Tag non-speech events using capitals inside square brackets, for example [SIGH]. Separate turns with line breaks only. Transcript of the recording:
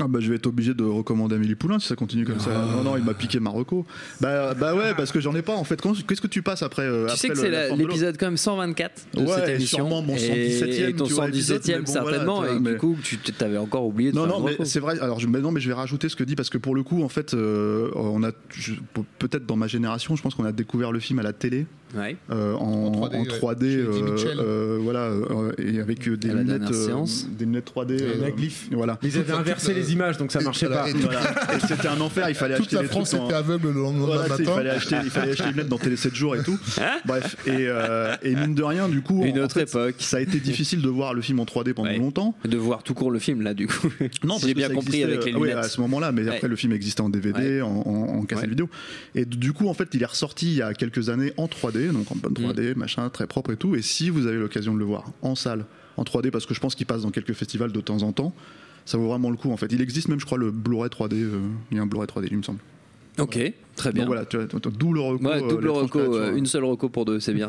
Ah bah je vais être obligé de recommander Amélie Poulain si ça continue comme ça.
Ah.
Non non, il m'a piqué Marocco. Bah bah ouais parce que j'en ai pas en fait. Comment- Qu'est-ce que tu passes après euh,
Tu sais que
après
c'est
le- la
la-
forme de l'eau
l'épisode quand même 124 de
Ouais,
cette
et
émission.
sûrement mon
Et-
117e,
et ton
tu vois, épisode,
117e
mais bon, voilà,
certainement.
tu vois,
et
mais-
du coup, tu tu t'avais encore oublié de
Non,
faire
non,
un
mais
recours.
c'est vrai. Alors, je, mais non, mais je vais rajouter ce que dit parce que pour le coup, en fait, euh, on a je- peut-être dans ma génération, je pense qu'on a découvert le film à la télé
Ouais.
euh, en,
En 3D,
en
ouais.
3D,
Chez Eddie
euh,
Mitchell.
euh, voilà, euh, et avec euh, des
À la
lunettes,
dernière séance.
des lunettes 3D,
Et
la glyphe.
voilà.
Ils avaient
la-
inversé
toute la-
les images, donc ça
et-
marchait
voilà,
pas.
et toute-
Et c'était un enfer. Il fallait
Toute
acheter
la
des
France
trucs en-
était aveugle le lendemain
Voilà, tu sais, il
matin.
fallait acheter, il fallait acheter une lettre dans Télé 7 jours et tout. Bref, et, euh, et mine de rien, du coup,
Hein Une
en- en
autre
fait,
époque.
ça a été difficile de voir le film en 3D pendant
Ouais.
longtemps.
De voir tout court le film là, du
[LAUGHS]
coup.
Non,
Si
parce
j'ai
que
bien
ça
compris
existait,
avec les
euh, oui,
lunettes.
à ce moment-là, mais après
Ouais.
le film existait en DVD, en, en, en cassette
Ouais.
vidéo. Et du coup, en fait, il est ressorti il y a quelques années en 3D, donc en bonne
Mm.
3D, machin, très propre et tout. Et si vous avez l'occasion de le voir en salle, en 3D, parce que je pense qu'il passe dans quelques festivals de temps en temps, ça vaut vraiment le coup. En fait, il existe même, je crois, le Blu-ray 3D. euh, il y a un Blu-ray 3D, il me semble.
ok, très bien.
Donc voilà, tu vois, d'où le recours.
Ouais,
euh,
double euh,
l'étrange
reco,
créature.
euh, une seule reco pour deux, c'est bien.